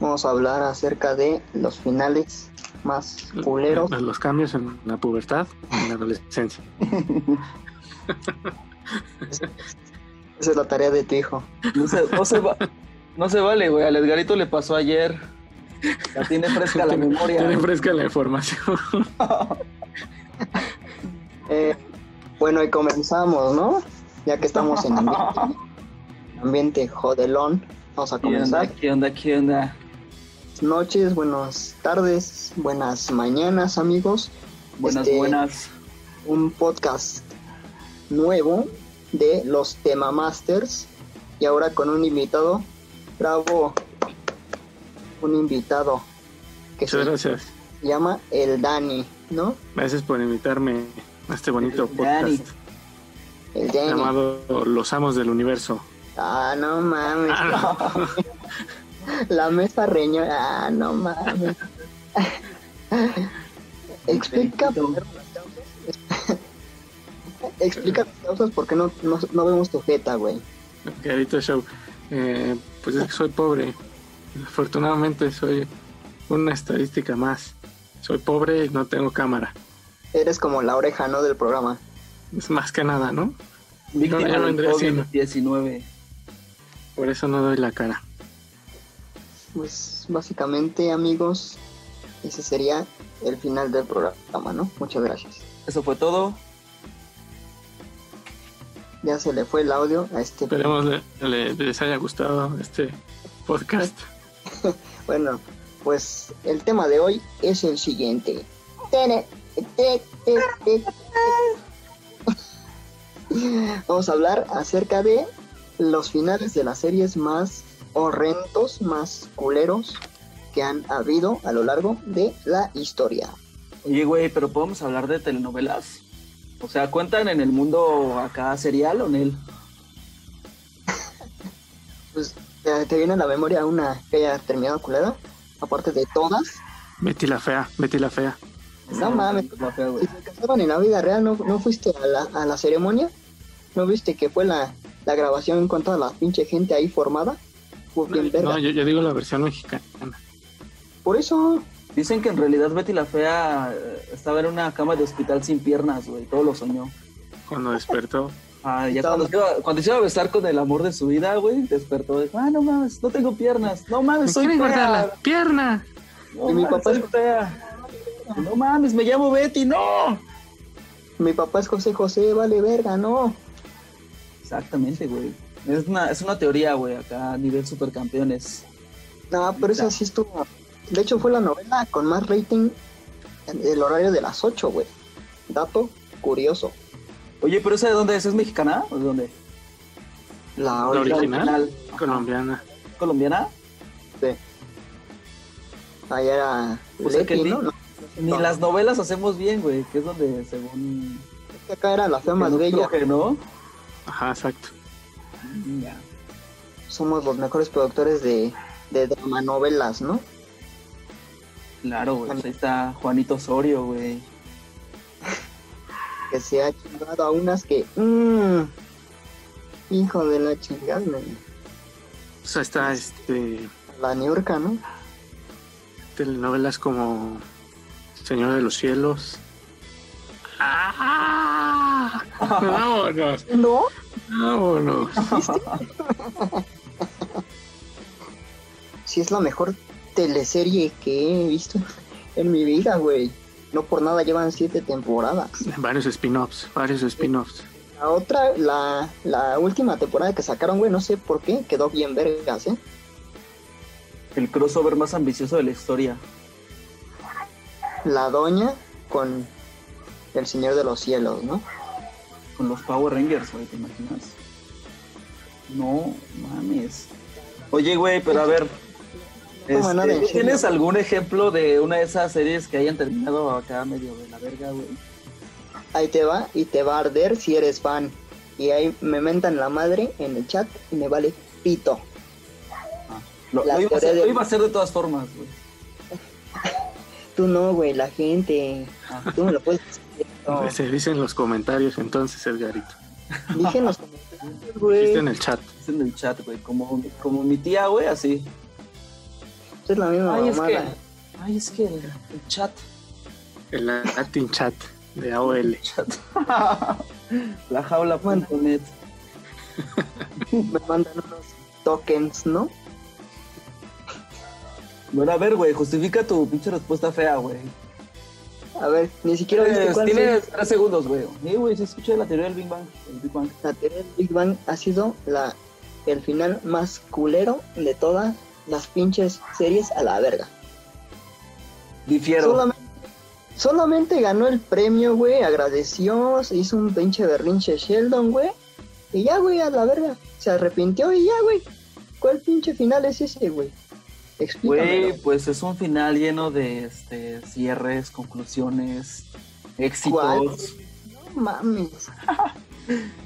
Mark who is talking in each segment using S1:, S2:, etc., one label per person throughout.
S1: Vamos a hablar acerca de los finales más culeros.
S2: Los cambios en la pubertad, en la adolescencia.
S1: Esa es la tarea de tu hijo.
S3: No se, no se, va- no se vale, güey. Al Edgarito le pasó ayer. La tiene fresca la memoria.
S2: Tiene fresca la información.
S1: Eh, bueno, y comenzamos, ¿no? Ya que estamos en ambiente, ambiente jodelón, vamos a
S3: ¿Qué onda?
S1: comenzar.
S3: ¿Qué onda? ¿Qué onda?
S1: Buenas noches, buenas tardes, buenas mañanas, amigos.
S3: Buenas,
S1: Este,
S3: buenas.
S1: Un podcast nuevo de los Tema Masters y ahora con un invitado. Bravo, un invitado que
S2: Muchas
S1: se
S2: gracias.
S1: llama el Dani, ¿no?
S2: Gracias por invitarme a este bonito
S3: Dani.
S2: podcast
S1: El Dani.
S2: llamado Los Amos del Universo.
S1: Ah, no mames.
S2: Ah, no.
S1: La mesa reñó. Ah, no mames. Explica. primero las causas. Explica las causas porque no, no, no vemos tu jeta, güey.
S2: Carito Show. Eh, pues es que soy pobre. Afortunadamente soy una estadística más. Soy pobre y no tengo cámara.
S1: Eres como la oreja, ¿no? Del programa.
S2: Es más que nada, ¿no?
S3: Víctima
S2: ya
S3: del
S2: vendría siendo.
S3: COVID-19.
S2: Por eso no doy la cara.
S1: Pues básicamente, amigos, ese sería el final del programa, ¿no? Muchas gracias.
S3: Eso fue todo.
S1: Ya se le fue el audio a este.
S2: Esperemos le- le- les haya gustado este podcast.
S1: Bueno, pues el tema de hoy es el siguiente. Tene- te- te- te- te- Vamos a hablar acerca de los finales de las series más horrendos, más culeros que han habido a lo largo de la historia.
S3: Oye, güey, pero podemos hablar de telenovelas. O sea, ¿cuentan en el mundo acá serial o en él?
S1: Pues, ¿te te viene a la memoria una que haya terminado culera? Aparte de todas.
S2: Betty la fea, Betty la fea.
S1: No mames.
S3: La fea, güey.
S1: Si se casaron en la vida real, ¿no, no fuiste a la, a la ceremonia? ¿No viste que fue la, la grabación con toda la pinche gente ahí formada? Fue bien verga.
S2: No, yo, yo digo la versión mexicana.
S1: Por eso,
S3: Dicen que en realidad Betty la Fea eh, estaba en una cama de hospital sin piernas, güey. Todo lo soñó.
S2: Cuando despertó,
S3: Ah, ya
S1: Estaba-
S3: cuando se, iba, cuando se iba a besar con el amor de su vida, güey, despertó. Dijo, ah, no mames, no tengo piernas. No
S2: Pues
S3: mames, soy fea.
S2: pierna.
S3: No,
S1: Y mi
S3: mames,
S1: papá
S3: soy
S1: es-
S3: fea. No mames, me llamo Betty, no.
S1: mi papá es José José, vale verga, no.
S3: Exactamente, güey. Es una, es una teoría, güey, acá a nivel supercampeones.
S1: No, pero esa sí estuvo. De hecho, fue la novela con más rating del horario de las 8, güey. Dato curioso.
S3: Oye, pero ¿esa de dónde es? ¿Es mexicana? ¿O de dónde?
S1: La
S2: La
S1: original.
S2: original. Colombiana.
S3: ¿Colombiana?
S1: Ahí era.
S3: O sea que
S1: Leti,
S3: ni-
S1: ¿no? No,
S3: Ni
S1: No.
S3: las novelas hacemos bien, güey, que es donde según...
S1: es que acá era la fea más
S3: que no
S1: bella.
S3: cruje, ¿no?
S2: Ajá, exacto.
S3: Ya.
S1: Somos los mejores productores de, de drama novelas, ¿no?
S3: Claro, güey. pues ahí está Juanito Osorio, güey.
S1: que se ha chingado a unas que. mm, hijo de la chingada, güey.
S2: O sea, está este
S1: la niurca, ¿no?
S2: telenovelas como Señor de los Cielos. ¡Ah! Vámonos,
S1: No,
S2: vámonos.
S1: sí es la mejor teleserie que he visto en mi vida, güey. No por nada llevan siete temporadas.
S2: Varios spin-offs, varios spin-offs.
S1: La otra, la, la última temporada que sacaron, güey, no sé por qué, quedó bien vergas, ¿eh?
S3: El crossover más ambicioso de la historia.
S1: La doña con el señor de los cielos, ¿no?
S3: Con los Power Rangers, güey, ¿te imaginas? No mames. Oye, güey, pero a ver.
S1: No toma nada en
S3: este,
S1: serio.
S3: ¿Tienes algún ejemplo de una de esas series que hayan terminado acá medio de la verga, güey?
S1: Ahí te va y te va a arder si eres fan. Y ahí me mentan la madre en el chat y me vale pito.
S3: Lo,
S1: La
S3: lo iba, a
S1: teoría
S3: hacer,
S1: de-
S3: lo iba a hacer de todas formas, güey.
S1: Tú no, güey, la gente.
S3: Ah.
S1: Tú me lo puedes decir. no.
S2: Se dicen los comentarios entonces, Edgarito.
S1: Dije en los comentarios,
S2: Viste en
S1: güey.
S2: el chat.
S3: Es en el chat, güey. Como, como mi tía, güey, así.
S1: Es la misma
S3: Ay, es que,
S1: mamada.
S3: ay, es que el, el chat.
S2: El Latin Chat de AOL.
S3: La jaula net.
S1: Me mandan unos tokens, ¿no?
S3: Bueno, a ver, güey, justifica tu pinche respuesta fea, güey.
S1: A ver, ni siquiera viste
S3: Tienes,
S1: cuál
S3: tienes
S1: fue
S3: tres segundos, güey. Sí, güey, se escucha la teoría del Big Bang. El Big Bang.
S1: la teoría del Big Bang ha sido la el final más culero de todas las pinches series a la verga.
S3: Difiero.
S1: Solamente, solamente ganó el premio, güey, agradeció, se hizo un pinche berrinche Sheldon, güey, y ya, güey, a la verga, se arrepintió y ya, güey. ¿Cuál pinche final es ese, güey?
S3: Güey,
S1: Explícamelo.
S3: pues es un final lleno de este, cierres, conclusiones, éxitos.
S1: ¿Cuál? No mames.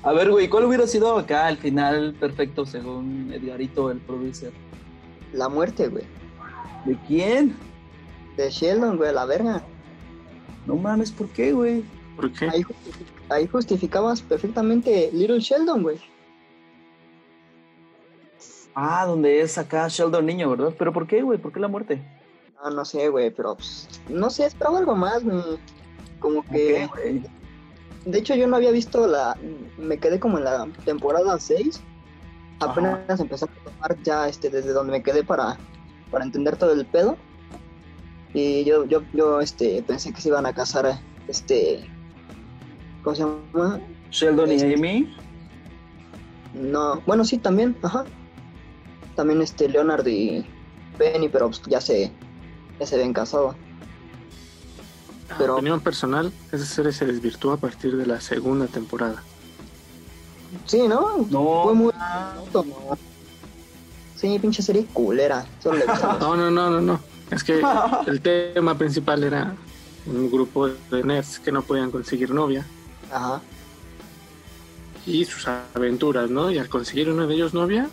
S3: A ver, güey, ¿cuál hubiera sido acá el final perfecto según Edgarito, el producer?
S1: La muerte, güey.
S3: ¿De quién?
S1: De Sheldon, güey, a la verga.
S3: No mames, ¿por qué, güey?
S2: ¿Por qué?
S1: Ahí, justific- ahí justificabas perfectamente Little Sheldon, güey.
S3: Ah, donde es acá Sheldon niño, ¿verdad? Pero ¿por qué, güey? ¿Por qué la muerte?
S1: No, no sé, güey, pero pues, no sé, esperaba algo más, güey. Como
S3: ¿Por
S1: que,
S3: qué, güey?
S1: de hecho yo no había visto la, me quedé como en la temporada 6.
S3: Ajá.
S1: Apenas empecé a tomar ya este, desde donde me quedé para, para entender todo el pedo. Y yo, yo, yo este, pensé que se iban a casar, este, ¿cómo se llama?
S3: Sheldon y
S1: Este-
S3: Amy.
S1: No, bueno, sí, también, ajá. También este Leonard y Penny, pero pues, ya se, ya se ven casados. Pero
S2: Opinión personal, esa serie se desvirtuó a partir de la segunda temporada.
S1: sí, ¿no?
S3: No.
S1: Fue muy-
S3: ah,
S1: Tomo. Sí, pinche serie culera. Solo le gustan los-
S2: No, no, no, no, no. Es que el tema principal era un grupo de nerds que no podían conseguir novia
S1: Ajá.
S2: y sus aventuras, ¿no? Y al conseguir uno de ellos novia,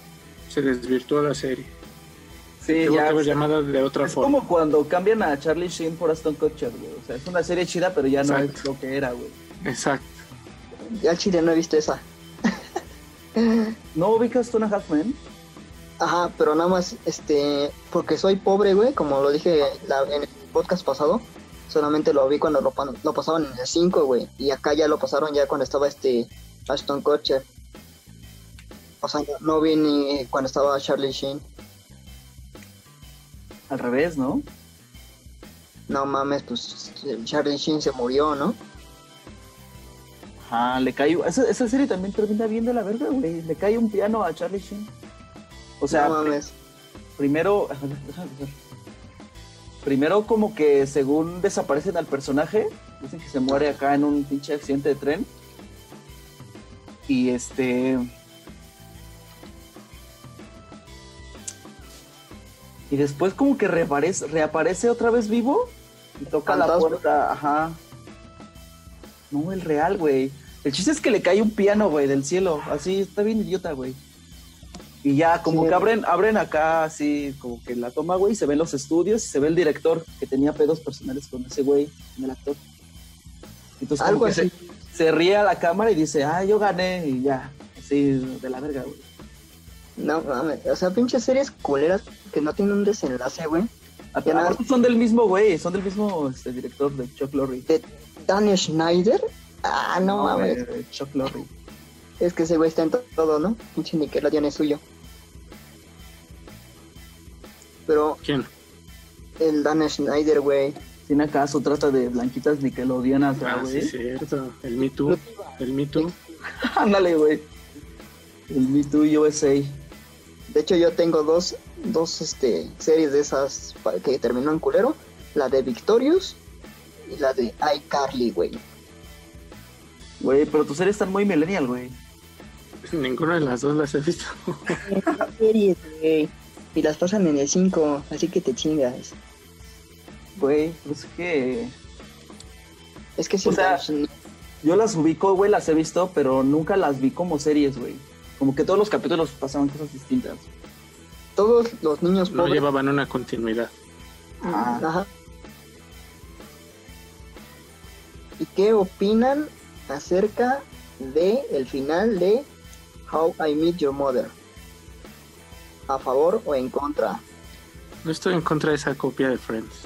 S2: se desvirtuó la serie.
S3: Sí,
S2: Tuvo que
S3: ya.
S2: haber llamada de otra
S3: Es
S2: forma.
S3: como cuando cambian a Charlie Sheen por Aston Kutcher, güey. O sea, es una serie chida, pero ya no es
S2: Exacto.
S3: lo que era, güey.
S2: Exacto.
S1: Ya al chile no he visto esa.
S3: ¿No ubicas Tuna Halfman?
S1: Ajá, pero nada más, este, porque soy pobre, güey, como lo dije la- en el podcast pasado, solamente lo vi cuando lo, pan- lo pasaban en el 5, güey, y acá ya lo pasaron ya cuando estaba este Ashton Kutcher. O sea, no, no vi ni cuando estaba Charlie Sheen.
S3: Al revés, ¿no?
S1: No mames, pues el Charlie Sheen se murió, ¿no?
S3: Ajá, le cayó. Esa, esa serie también termina bien de la verga, güey. Le cae un piano a Charlie Sheen. O sea,
S1: no mames.
S3: primero. déjame pensar. Primero, como que según desaparecen al personaje, dicen que se muere acá en un pinche accidente de tren. Y este. Y después, como que reaparece, reaparece otra vez vivo y toca la
S1: Fantasma.
S3: puerta. Ajá. No, el real, güey. El chiste es que le cae un piano, güey, del cielo. Así, está bien idiota, güey. Y ya, como
S1: Sí.
S3: que abren, abren acá, así, como que la toma, güey, y se ven los estudios y se ve el director que tenía pedos personales con ese güey, con el actor. Entonces,
S1: Algo
S3: como que
S1: así.
S3: se, se ríe a la cámara y dice, ah, yo gané, y ya. Así, de la verga, güey.
S1: No mames. O sea, pinches series culeras que no tienen un desenlace, güey. Ya nada.
S3: Aparte son del mismo güey, son del mismo este, director de Chuck Lorre.
S1: Dan Schneider. Ah, no, mames.
S3: güey, Chuck Lorre.
S1: Es que ese güey está en to- todo, ¿no? Pinche Nickelodeon es suyo. Pero
S2: ¿Quién?
S1: el Dan Schneider, güey.
S3: ¿Tiene acaso trata de blanquitas nickelodeonas,
S2: Ah,
S3: güey?
S2: sí, cierto. El Me Too. El Me Too.
S3: Ándale, güey. El Me Too USA.
S1: De hecho, yo tengo dos, dos este, series de esas pa- que terminó en culero. La de Victorious y la de iCarly, güey.
S3: Güey, pero tus series están muy millennial, güey.
S2: Ninguna de las dos las he visto.
S1: series, güey. Y las pasan en el 5, así que te chingas.
S3: Güey, pues que...
S1: Es que es
S3: O
S1: el
S3: sea,
S1: Dan Schne-
S3: Yo las ubico, güey, las he visto, pero nunca las vi como series, güey. Como que todos los capítulos pasaban cosas distintas.
S1: todos los niños
S2: No
S1: pobres.
S2: llevaban una continuidad.
S3: Ah.
S1: Ajá. ¿Y qué opinan acerca de el final de How I Meet Your Mother? ¿A favor o en contra?
S2: No estoy en contra de esa copia de Friends.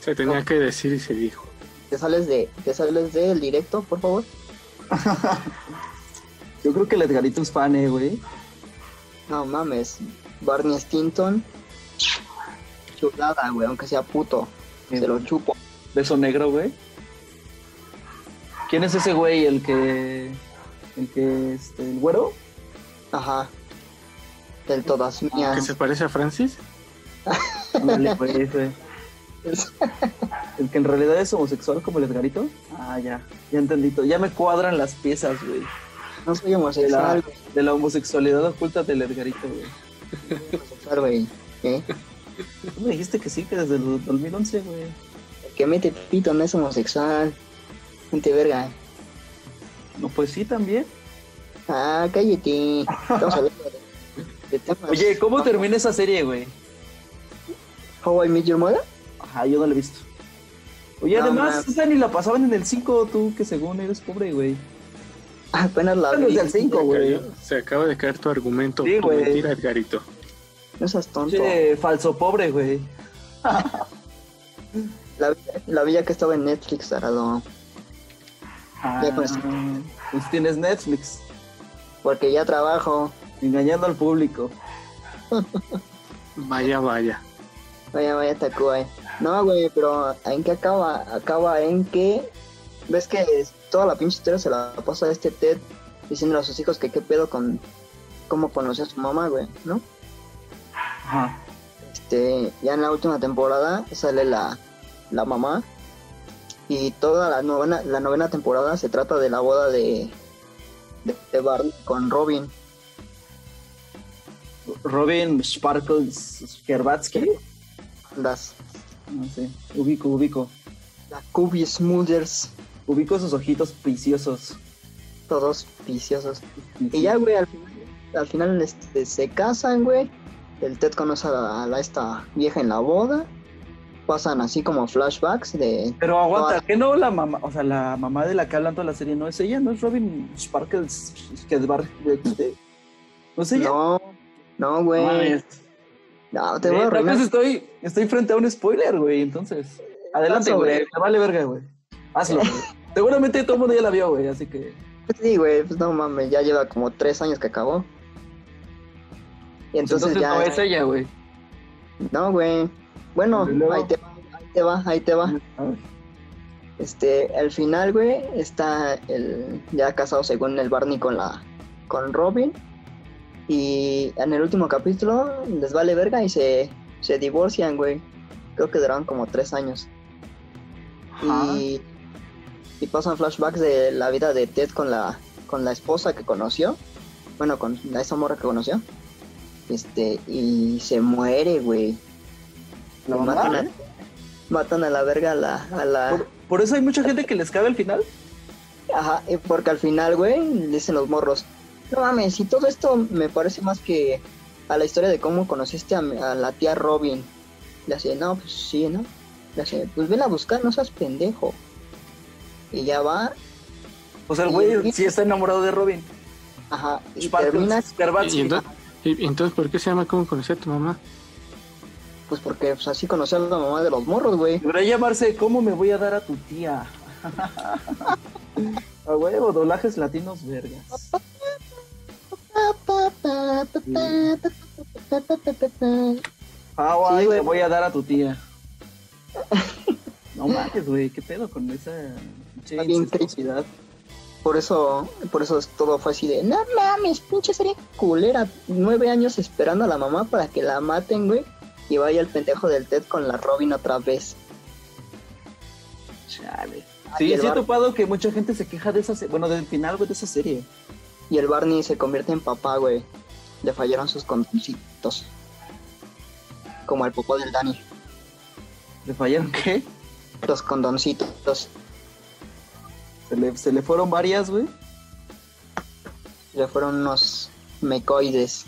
S2: Se tenía que decir y se dijo.
S1: ¿Te sales de, te sales del directo, por favor?
S3: Yo creo que el Edgarito es fan, eh, güey.
S1: No mames. Barney Stinton. Chulada, güey, aunque sea puto.
S3: Sí.
S1: Se lo chupo.
S3: Beso negro, güey. ¿Quién es ese güey? El que. El que. Este, el güero.
S1: Ajá. Del todas
S2: ¿Que
S1: mías.
S2: se parece a Francis?
S3: Ándale, güey, ese. El que en realidad pues, eh. es homosexual como el Edgarito. Ah, ya. Ya entendito. Ya me cuadran las piezas, güey.
S1: No soy
S3: De la,
S1: homosexual, güey.
S3: de la homosexualidad oculta del Edgarito, güey.
S1: soy homosexual, güey. ¿Eh?
S3: Tú me dijiste que sí, que desde el 2011, güey.
S1: El que mete pito no es homosexual. Gente verga.
S3: No, pues sí, también.
S1: Ah, cállate. Estamos hablando de, de temas.
S3: Oye, ¿cómo termina esa serie, güey?
S1: How I Met Your Mother?
S3: Ajá, yo no la he visto. Oye,
S1: No,
S3: además,
S1: mames.
S3: esa ni la pasaban en el 5, tú, que según eres pobre, güey.
S1: Apenas la
S3: Bueno,
S1: vi.
S3: es del 5, güey.
S2: Se acaba de caer tu argumento.
S3: Sí,
S2: tu
S3: güey.
S2: mentira, Edgarito.
S1: No seas tonto.
S3: Che, falso pobre, güey.
S1: La, la villa que estaba en Netflix, Arado.
S3: Ah,
S1: pues.
S3: pues tienes Netflix,
S1: Porque ya trabajo.
S3: engañando al público.
S2: Vaya, vaya.
S1: Vaya, vaya, Tacuba. No, güey, pero ¿en qué acaba? Acaba en que. ¿Ves que toda la pinche historia se la pasa este Ted diciéndole a sus hijos que qué pedo con. cómo conoció a su mamá, güey, ¿no?
S3: Ajá.
S1: Este, ya en la última temporada sale la, la mamá. Y toda la novena, la novena temporada se trata de la boda de, de, de Barney con Robin.
S3: Robin Sparkles Kerbatsky.
S1: Las,
S3: No sé, ubico, ubico.
S1: la Cubby Smoothers,
S3: Ubico sus ojitos preciosos.
S1: todos viciosos. Y ya, güey, al, al final este, se casan, güey. El Ted conoce a, la- a la- esta vieja en la boda. Pasan así como flashbacks de...
S3: Pero aguanta, ¿qué no la mamá? O sea, la mamá de la que hablan toda la serie no es ella, no es Robin Sparkles Kerbatsky. No es ella.
S1: No, no, güey.
S3: Mames.
S1: No, te
S3: Güey,
S1: voy a
S3: no,
S1: arruinar.
S3: pues estoy, estoy frente a un spoiler, güey, entonces. Adelante,
S1: Hazlo,
S3: güey.
S1: güey.
S3: Me vale verga, güey. Hazlo, güey. Seguramente todo el mundo ya la vio, güey, así que.
S1: Pues Sí, güey, pues no mames, ya lleva como tres años que acabó. Y entonces,
S3: Entonces, no es
S1: ya.
S3: ella, güey.
S1: No, güey. Bueno,
S3: Y luego-
S1: ahí te va, ahí te va, ahí te va. Este, al final, güey, está el ya casado según el Barney con la con Robin. Y en el último capítulo les vale verga y se, se divorcian, güey. Creo que duraron como tres años. Y, y pasan flashbacks de la vida de Ted con la, con la esposa que conoció. Bueno, con la- esa morra que conoció. Este, y se muere, güey.
S3: La
S1: Y
S3: mamá,
S1: matan,
S3: ¿eh?
S1: a, matan a la verga a la, a la,
S3: Por, por eso hay mucha gente que les cabe al final.
S1: Ajá, eh, porque al final, güey, dicen los morros, no mames, y todo esto me parece más que a la historia de cómo conociste a, mi- a la tía Robin. Le hace, no, pues sí, ¿no? Le hace, pues ven a buscar, no seas pendejo. Y ya va,
S3: O sea, el güey
S1: Y-
S3: sí está enamorado de Robin.
S1: ajá, y
S3: Sparkles
S1: termina,
S3: Kerbatsky.
S2: Y, entonces, y- entonces, ¿por qué se llama cómo conocí a tu mamá?
S1: pues porque pues, así conoció a la mamá de los morros, güey.
S3: Debería llamarse ¿Cómo me voy a dar a tu tía? a huevo, doblajes latinos vergas. Ah,
S1: Sí,
S3: güey,
S1: güey.
S3: me voy a dar a tu tía. No mames, güey, qué pedo con esa pinche
S1: Está bien triste.
S3: intensidad.
S1: Por eso, por eso es- todo fue así de, no mames, pinche serie culera. Nueve años esperando a la mamá para que la maten, güey. Y vaya el pendejo del Ted con la Robin otra vez.
S3: Chale.
S1: y
S3: Sí,
S1: el
S3: sí he
S1: bar-
S3: topado que mucha gente se queja de esa se- bueno, del final, güey, de esa serie.
S1: Y el Barney se convierte en papá, güey. Le fallaron sus condoncitos. Como al popó del Dani.
S3: ¿Le fallaron qué?
S1: Los condoncitos.
S3: Se le, se le fueron varias, güey.
S1: Le fueron unos mecoides.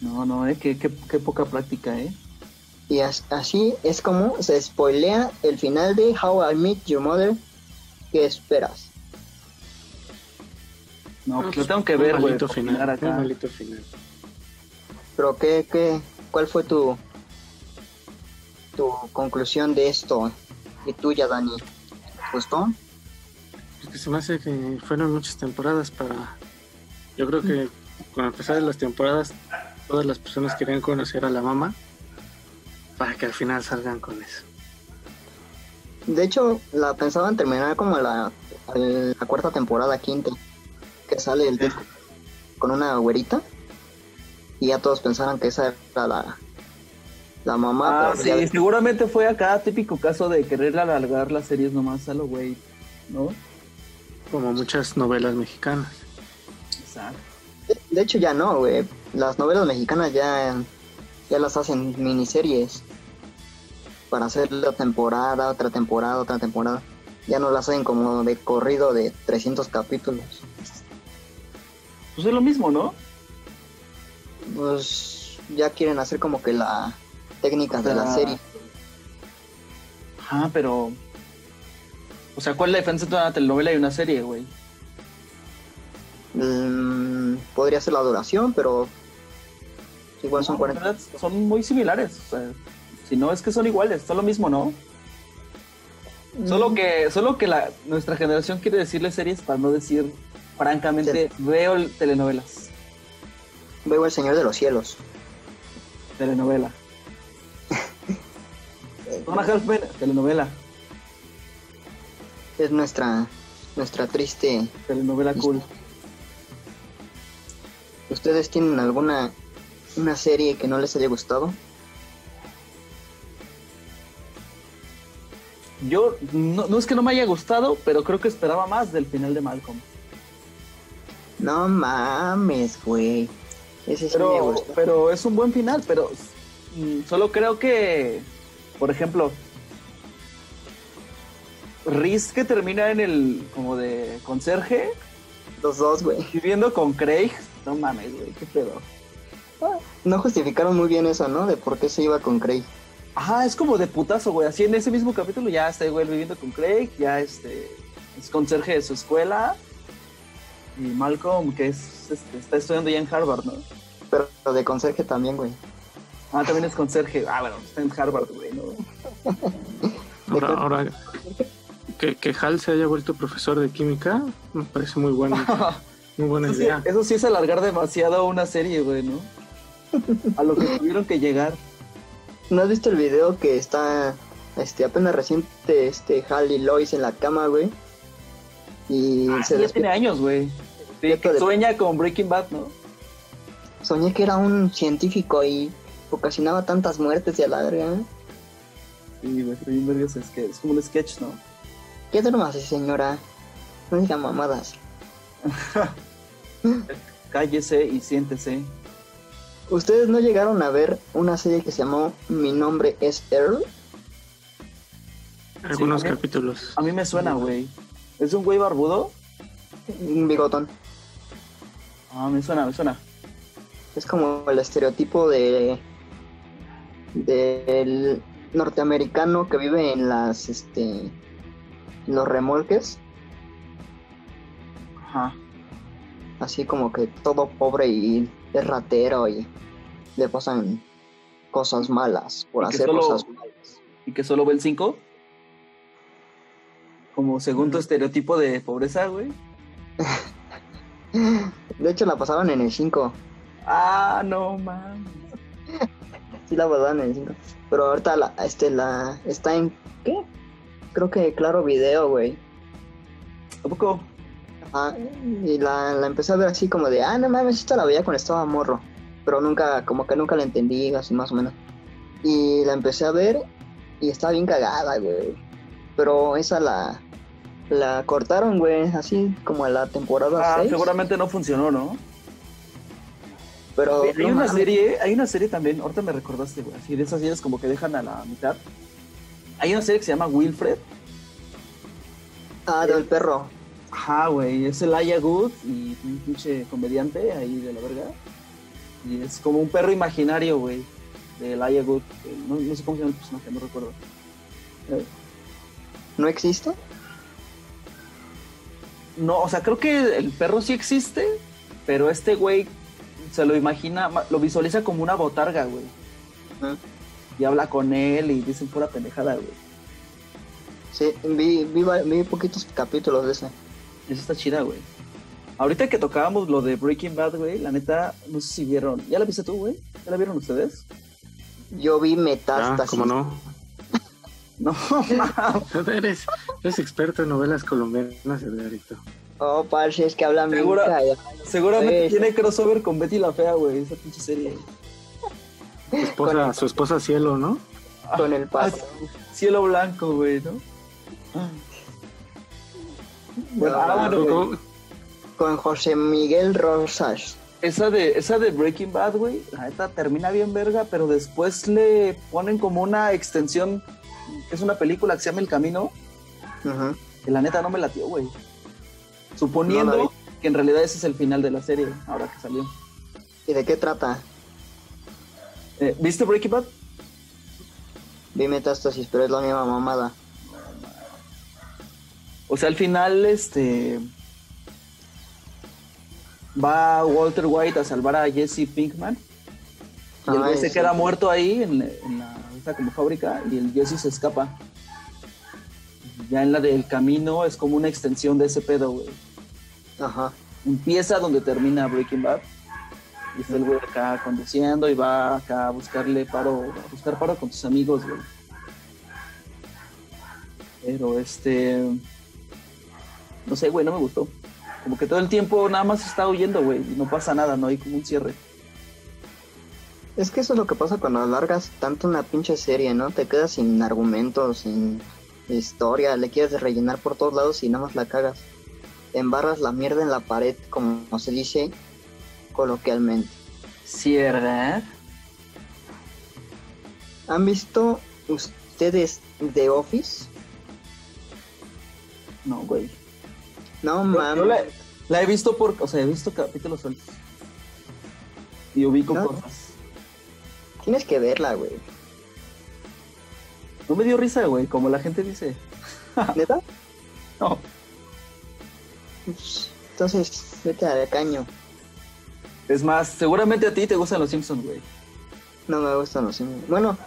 S3: No, no, eh, qué, qué, qué poca práctica, eh.
S1: Y as- así es como se spoilea el final de How I Met Your Mother. ¿Qué esperas?
S3: No,
S2: Ah,
S3: pues lo
S2: pues,
S3: pues, tengo que
S2: un
S3: ver, güey.
S2: malito
S3: por
S2: final.
S3: opinar
S2: un
S3: acá.
S2: malito final.
S1: Pero qué, qué, ¿cuál fue tu tu conclusión de esto? Y tuya, Dani. ¿Te gustó?
S2: Porque se me hace que fueron muchas temporadas para. Yo creo que con el pasar de las temporadas, todas las personas querían conocer a la mamá para que al final salgan con eso.
S1: De hecho, la pensaban terminar como la, la cuarta temporada, quinta, que sale el disco con una güerita. Y ya todos pensaron que esa era la, la mamá.
S3: Ah,
S1: pero
S3: sí,
S1: ya-
S3: seguramente fue acá típico caso de querer alargar las series nomás a lo güey, ¿no?
S2: Como muchas novelas mexicanas.
S3: Exacto.
S1: de, de hecho, ya no, güey. Las novelas mexicanas ya, ya las hacen miniseries. Para hacer la temporada, otra temporada, otra temporada. Ya no las hacen como de corrido de 300 capítulos.
S3: Pues es lo mismo, ¿no?
S1: Pues ya quieren hacer como que la técnica de la
S3: Ah.
S1: serie.
S3: Ajá, pero... O sea, ¿cuál es la diferencia entre una telenovela y una serie, güey?
S1: Mm, podría ser la duración, pero igual son
S3: No,
S1: 40.
S3: la verdad, Son muy similares. o sea, si no, es que son iguales, son lo mismo, ¿no? Solo que, solo que la, nuestra generación quiere decirle series para no decir, francamente, veo el- telenovelas.
S1: Veo el Señor de los Cielos.
S3: Telenovela. Donna Halfman, telenovela.
S1: Es nuestra nuestra triste.
S3: Telenovela cool.
S1: ¿Ustedes tienen alguna una serie que no les haya gustado?
S3: Yo, no, no es que no me haya gustado, pero creo que esperaba más del final de Malcolm.
S1: No mames, güey. Ese sí me
S3: Pero,
S1: gustó.
S3: pero es un buen final, pero mm, solo creo que, por ejemplo, Riz que termina en el, como de conserje,
S1: Los dos, güey.
S3: viviendo con Craig. No mames, güey, qué pedo.
S1: No justificaron muy bien eso, ¿no? De por qué se iba con Craig.
S3: Ajá, es como de putazo, güey. Así en ese mismo capítulo ya está, güey, viviendo con Craig, ya este, es conserje de su escuela. Y Malcolm, que es, este, está estudiando ya en Harvard, ¿no?
S1: Pero de conserje también, güey.
S3: Ah, también es conserje. Ah, bueno, está en Harvard, güey, ¿no?
S2: Ahora, ahora que, que Hal se haya vuelto profesor de química, me parece muy buena, muy buena
S3: Eso Pues sí,
S2: idea.
S3: eso sí es alargar demasiado una serie, güey, ¿no? A lo que tuvieron que llegar.
S1: ¿No has visto el video que está este apenas reciente este Hal y Lois en la cama, güey? Y
S3: Ah,
S1: se
S3: sí, ya
S1: despierta.
S3: tiene años, güey. Sí,
S1: Despierta
S3: que
S1: de-
S3: sueña con Breaking Bad, ¿no?
S1: Soñé que era un científico y ocasionaba tantas muertes y a la verga. ¿eh?
S3: Sí, güey, estoy bien vergas, es que es como un sketch, ¿no?
S1: ¿Qué duermas, señora? No diga mamadas.
S3: Cállese y siéntese.
S1: ¿Ustedes no llegaron a ver una serie que se llamó Mi nombre es Earl?
S2: Algunos
S3: sí, también.
S2: capítulos.
S3: A mí me suena, güey. ¿Es un güey barbudo?
S1: Un bigotón.
S3: Ah, me suena, me suena.
S1: Es como el estereotipo de del norteamericano que vive en las este en los remolques,
S3: Ajá.
S1: así como que todo pobre y es ratero y le pasan cosas malas por
S3: Y que
S1: hacer
S3: solo-
S1: cosas malas.
S3: ¿Y que solo ve el 5? Como segundo estereotipo de pobreza, güey.
S1: De hecho la pasaban en el 5.
S3: Ah, no, mames.
S1: Sí la pasaban en el 5. Pero ahorita la, este, la está en ¿qué? Creo que claro video, güey.
S3: ¿A poco?
S1: Ah, y la, la empecé a ver así como de, ah, no mames, esta la veía cuando estaba morro. Pero nunca, como que nunca la entendí, así más o menos. Y la empecé a ver y estaba bien cagada, güey. Pero esa la, la cortaron, güey, así como a la temporada
S3: Ah,
S1: 6.
S3: seguramente no funcionó, ¿no?
S1: pero
S3: Hay
S1: no
S3: una
S1: mames,
S3: serie, hay una serie también, ahorita me recordaste, güey, así de esas series como que dejan a la mitad. Hay una serie que se llama Wilfred.
S1: Ah, del perro.
S3: Ajá, güey, es el Aya Good y un pinche comediante ahí de la verga. Y es como un perro imaginario, güey, del Aya Good. Eh, No, no sé cómo se llama el personaje, no recuerdo.
S1: ¿No existe?
S3: No, o sea, creo que el perro sí existe, pero este güey se lo imagina, ma- lo visualiza como una botarga, güey.
S1: Ujú.
S3: Y habla con él y dicen pura pendejada, güey.
S1: Sí, vi, vi, va- vi poquitos capítulos de ese.
S3: Eso está chida, güey. Ahorita que tocábamos lo de Breaking Bad, güey, la neta, no sé si vieron. ¿Ya la viste tú, güey? ¿Ya la vieron ustedes?
S1: Yo vi
S2: Ah,
S1: Metástasis.
S2: como no.
S3: No, mames.
S2: Eres, eres experto en novelas colombianas, Edgarito.
S1: Oh, parce, es que hablan bien
S3: Segura-
S1: callado.
S3: Seguramente
S1: Sí.
S3: tiene crossover con Betty la Fea, güey, esa pinche serie.
S2: Su esposa, su esposa Cielo, ¿no?
S1: con el paso.
S3: Ah, Cielo blanco, güey, ¿no? Bueno,
S1: No,
S3: ah,
S1: no,
S3: bueno, güey.
S2: ¿Cómo-
S1: Con José Miguel Rosas.
S3: Esa de, esa de Breaking Bad, güey, la neta termina bien verga, pero después le ponen como una extensión, que es una película que se llama El Camino,
S1: Ujú.
S3: que la neta no me latió, güey. Suponiendo
S1: No la
S3: que en realidad ese es el final de la serie, ahora que salió.
S1: ¿Y de qué trata?
S3: Eh, ¿Viste Breaking Bad?
S1: Vi Metástasis, pero es la misma mamada.
S3: O sea, al final, este. Va Walter White a salvar a Jesse Pinkman. Y el
S1: Ah,
S3: güey se
S1: sí.
S3: queda muerto ahí en, en la esa como fábrica y el Jesse se escapa. Ya en la del camino es como una extensión de ese pedo, güey.
S1: Ajá.
S3: Empieza donde termina Breaking Bad. Y está el güey acá conduciendo y va acá a buscarle paro, a buscar paro con sus amigos, güey. Pero este. No sé, güey, no me gustó. Como que todo el tiempo nada más está huyendo, güey. Y no pasa nada, no hay como un cierre.
S1: Es que eso es lo que pasa cuando alargas tanto una pinche serie, ¿no? Te quedas sin argumentos, sin historia, le quieres rellenar por todos lados y nada más la cagas. Embarras la mierda en la pared, como se dice coloquialmente.
S3: Cierra.
S1: ¿Han visto ustedes The Office?
S3: No, güey.
S1: No
S3: Yo- yo la,
S1: mames.
S3: la he visto por, o sea, he visto capítulos sueltos. Y ubico
S1: No.
S3: cosas.
S1: Tienes que verla, güey.
S3: No me dio risa, güey, como la gente dice.
S1: ¿Neta?
S3: No.
S1: Entonces, vete al caño.
S3: Es más, seguramente a ti te gustan los Simpsons, güey.
S1: No me gustan los Simpsons. Bueno,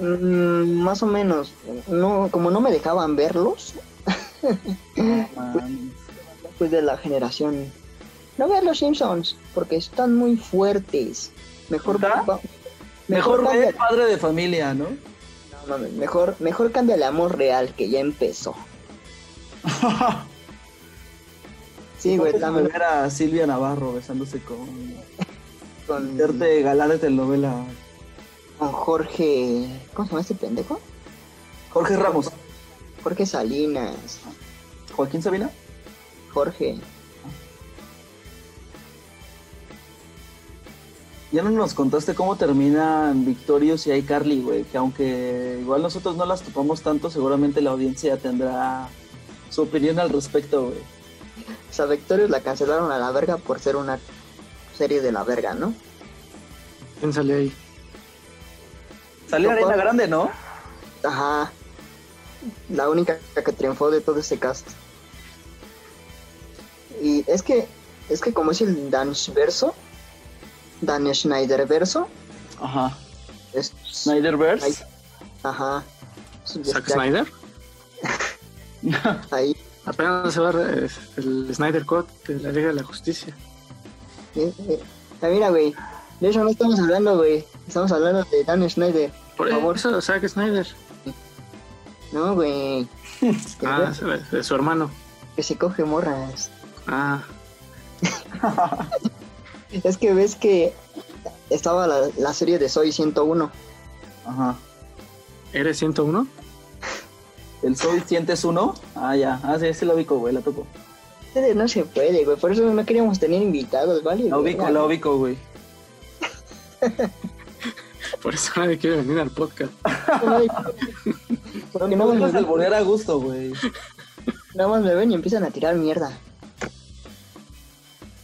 S1: mm, más o menos. No, como no me dejaban verlos,
S3: Mm. Mames.
S1: pues de la generación. No vean los Simpsons, porque están muy fuertes. Mejor
S3: ¿Verdad?
S1: va-
S3: Mejor ve
S1: cambia-
S3: padre de familia, ¿no?
S1: no, mames, mejor, mejor cámbiale a Amor Real, que ya empezó. Sí, güey,
S3: Puedes
S1: dame
S3: ver a Silvia Navarro besándose con.
S1: con,
S3: Verte galán de telenovela.
S1: con Jorge. ¿Cómo se llama este pendejo?
S3: Jorge Ramos.
S1: Jorge Salinas.
S3: Joaquín Sabina.
S1: Jorge.
S3: Ya no nos contaste cómo terminan Victorious y iCarly, güey, que aunque igual nosotros no las topamos tanto, seguramente la audiencia tendrá su opinión al respecto, güey.
S1: O sea, Victorious la cancelaron a la verga por ser una serie de la verga, ¿no?
S2: ¿Quién sale ahí?
S3: Salió
S1: No,
S3: Arena
S1: pues.
S3: Grande, ¿no?
S1: Ajá. La única que triunfó de todo ese cast. Y es que, es que como es el Danish verso, Dan Schneider verso,
S3: Ajá.
S1: es. ahí-
S3: Snyderverse.
S1: Ajá. Es-
S2: ¿Zack
S1: ya-
S2: Snyder?
S1: Ahí.
S2: Apenas se va eh, el Snyder Cut de la Liga de la Justicia.
S1: eh, eh. Ah, mira, güey. De hecho, no estamos hablando, güey. Estamos hablando de Dan Schneider.
S2: Por
S1: favor.
S2: eso, Zack Snyder.
S1: No, güey. Que,
S2: Ah, se ve, de su hermano.
S1: que se coge morras.
S2: Ah,
S1: Es que ves que estaba la, la serie de Soy 101.
S3: Ajá.
S2: ¿eres 101?
S3: El Soy Sientes Uno. Ah, ya. Ah, sí, sí la ubico, güey, la topo.
S1: Ustedes No se puede, güey. Por eso no queríamos tener invitados, ¿vale?
S3: La ubico, la ubico, güey.
S2: Por eso nadie quiere venir al podcast.
S1: Porque nada
S3: No me
S1: más,
S3: vas
S1: me
S3: a
S1: ven,
S3: volver a gusto, güey.
S1: nada más me ven y empiezan a tirar mierda.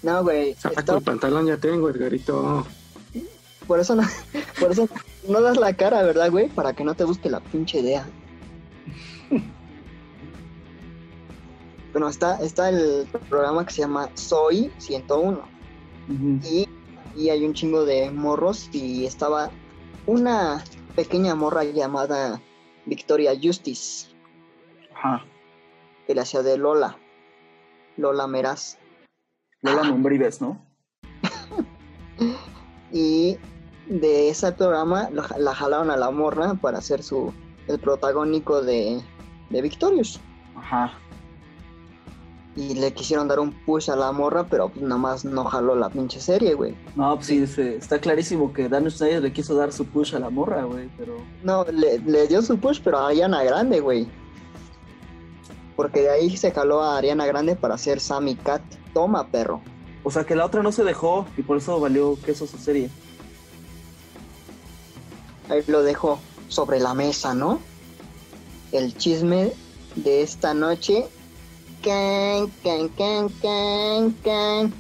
S1: No, güey.
S2: Saco
S1: está-
S2: el pantalón, ya tengo, Edgarito.
S1: Por eso, no, por eso no das la cara, ¿verdad, güey? Para que no te busque la pinche idea. Bueno, está, está el programa que se llama Soy 101.
S3: Ujú.
S1: Y y hay un chingo de morros y estaba una pequeña morra llamada Victoria Justice,
S3: Ajá.
S1: que la hacía de Lola, Lola Meraz.
S3: Lola Mombrives, ¿no?
S1: Y de ese programa lo- la jalaron a la morra para ser su, el protagónico de, de Victorious.
S3: Ajá.
S1: Y le quisieron dar un push a la morra, pero pues nada más no jaló la pinche serie, güey.
S3: No, pues sí, se- está clarísimo que Dan Snyder le quiso dar su push a la morra, güey, pero...
S1: No, le, le dio su push, pero a Ariana Grande, güey. Porque de ahí se jaló a Ariana Grande para hacer Sammy Cat. Toma, perro.
S3: O sea, que la otra no se dejó y por eso valió queso su serie.
S1: Ahí lo dejo sobre la mesa, ¿no? El chisme de esta noche. Can, can, can, can, can.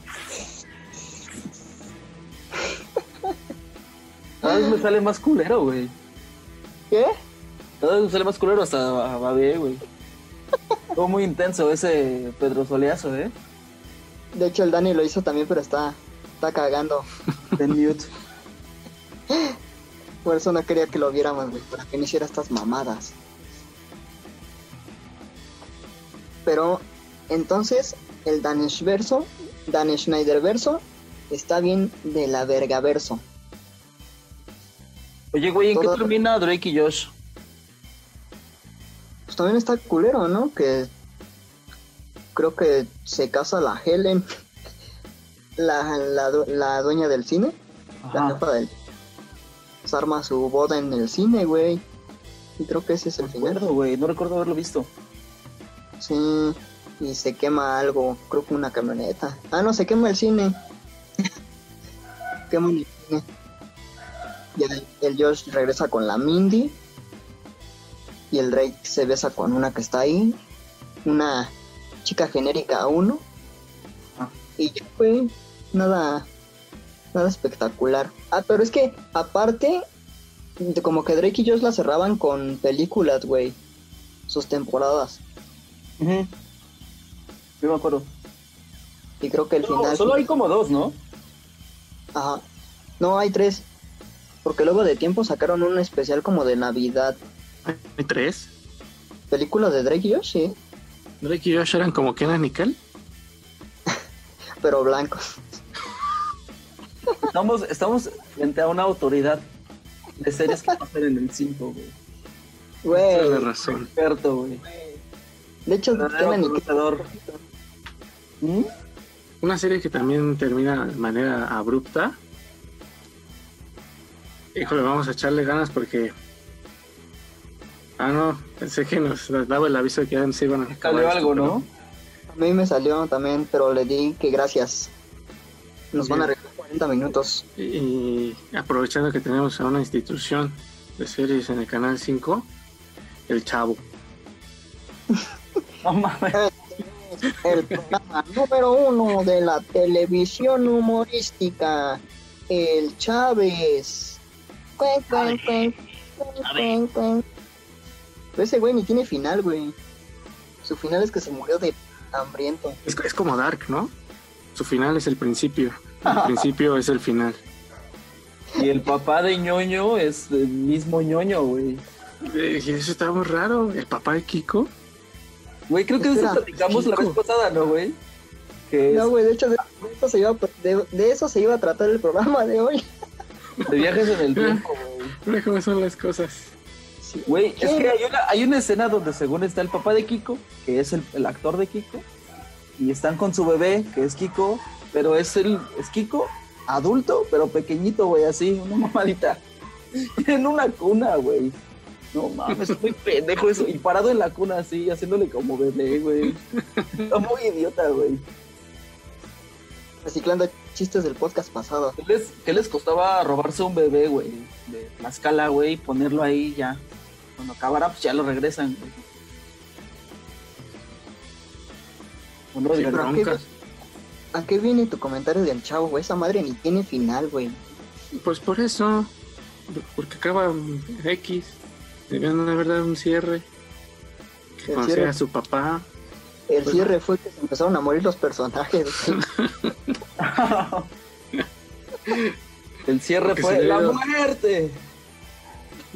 S3: Cada vez me sale más culero, güey.
S1: ¿Qué?
S3: Cada vez me sale más culero hasta va- va bien, güey. Estuvo muy intenso ese Pedro Soleazo, ¿eh?
S1: De hecho, el Dani lo hizo también, pero está, está cagando.
S3: Ten mute.
S1: Por eso no quería que lo viéramos, güey, para que no hiciera estas mamadas. Pero entonces el Danish verso, Danish Schneider verso, está bien de la verga verso.
S3: Oye, güey, ¿en qué
S1: Todo-
S3: termina Drake y Josh?
S1: Pues también está culero, ¿no? Que creo que se casa la Helen, la, la, du- la dueña del cine, la
S3: Ajá.
S1: jefa del... Se arma su boda en el cine, güey. Y creo que ese es el
S3: No
S1: final.
S3: recuerdo, güey, no recuerdo haberlo visto.
S1: Sí, y se quema algo, creo que una camioneta. Ah, no, se quema el cine. quema el cine. Y el, el Josh regresa con la Mindy. Y el Drake se besa con una que está ahí. Una chica genérica a uno.
S3: Ah.
S1: Y ya fue nada, nada espectacular. Ah, pero es que aparte, de- como que Drake y Josh la cerraban con películas, güey. Sus temporadas.
S3: Ujú. Yo me acuerdo.
S1: Y creo que el
S3: Solo,
S1: final.
S3: solo hay como dos, ¿no?
S1: Ajá. No, hay tres. Porque luego de tiempo sacaron un especial como de Navidad.
S2: ¿Hay tres?
S1: Película de Drake y Josh, sí.
S2: Drake y Josh eran como Kenan y Kel.
S1: Pero blancos.
S3: Estamos, estamos frente a una autoridad de series que pasan en el 5, güey.
S1: Güey.
S2: Tienes razón.
S3: Experto, güey.
S1: De hecho,
S3: Verdadero
S1: Kenan y Kel-
S3: conocedor. ¿Mm?
S2: Una serie que también termina de manera abrupta. Híjole, vamos a echarle ganas porque. Ah, no, pensé que nos daba el aviso de que ya se iban a. acabar
S3: Salió
S2: esto,
S3: algo,
S2: pero-
S3: ¿no?
S1: a mí me salió también, pero le di que gracias. Nos van a regalar 40 minutos.
S2: Y aprovechando que tenemos a una institución de series en el canal 5, El Chavo.
S3: No mames.
S1: El programa número uno de la televisión humorística. El Chávez. Cuen, cuen, cuen, cuen, cuen, cuen. Pero ese güey ni tiene final, güey. Su final es que se murió de hambriento.
S2: Es, es como Dark, ¿no? Su final es el principio. El principio es el final.
S3: Y el papá de ñoño es el mismo ñoño, güey.
S2: Eh, y eso está muy raro. El papá de Kiko.
S3: Güey, creo que de eso
S1: Espera,
S3: platicamos la vez
S2: chico.
S3: pasada, ¿no, güey? Que es
S1: No, güey, de hecho, de, de eso se iba, a- de- de eso se iba a tratar el programa de hoy.
S3: de viajes en el tiempo, güey.
S2: Mira cómo son las cosas.
S1: Sí.
S3: Güey, es
S1: ¿Qué?
S3: que hay una, hay una escena donde según está el papá de Kiko, que es el, el actor de Kiko, y están con su bebé, que es Kiko, pero es el es Kiko adulto, pero pequeñito, güey, así, una mamadita. En una cuna, güey. No mames, es muy pendejo eso. Y parado en la cuna así, haciéndole como bebé, güey. Está muy idiota, güey.
S1: Reciclando chistes del podcast pasado.
S3: ¿Qué les, qué les costaba robarse un bebé, güey? De Tlaxcala, güey, y ponerlo ahí ya. Cuando acabara, pues ya lo regresan, güey. O no,
S2: Sí,
S3: digan,
S1: pero-
S2: broncas.
S1: ¿A qué viene tu comentario del chavo, güey? Esa madre ni tiene final, güey.
S2: Pues por eso. Porque acaba X. Debían de haber dado un cierre. Que
S1: El
S2: conociera
S1: cierre.
S2: a su papá.
S1: El
S2: Pues-
S1: cierre fue que se empezaron a morir los personajes. güey.
S3: El cierre
S2: Porque
S3: fue
S2: se le
S3: la
S2: dio-
S3: muerte.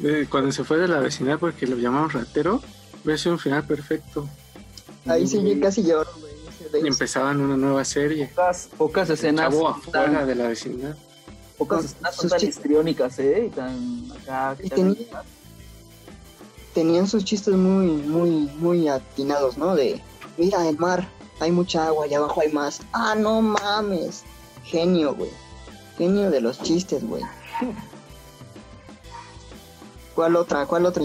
S2: Eh, cuando se fue de la vecindad porque lo llamaron ratero, hubiera sido un final perfecto.
S1: Ahí sí
S3: Mm.
S1: yo casi lloro, güey. ese de-
S2: Y empezaban una nueva serie.
S3: Pocas, pocas
S2: El
S3: escenas.
S2: chavo
S3: tan-
S2: afuera de la vecindad.
S3: Pocas
S1: Con
S3: escenas son
S1: sus
S3: tan
S1: chicas.
S3: histriónicas, ¿eh? Y tan acá.
S1: Y
S3: tan-
S1: tenía- Tenían sus chistes muy, muy, muy atinados, ¿no? De, mira el mar, hay mucha agua, allá abajo hay más. Ah, no mames. Genio, güey. Genio de los chistes, güey. ¿Cuál otra? ¿Cuál otra?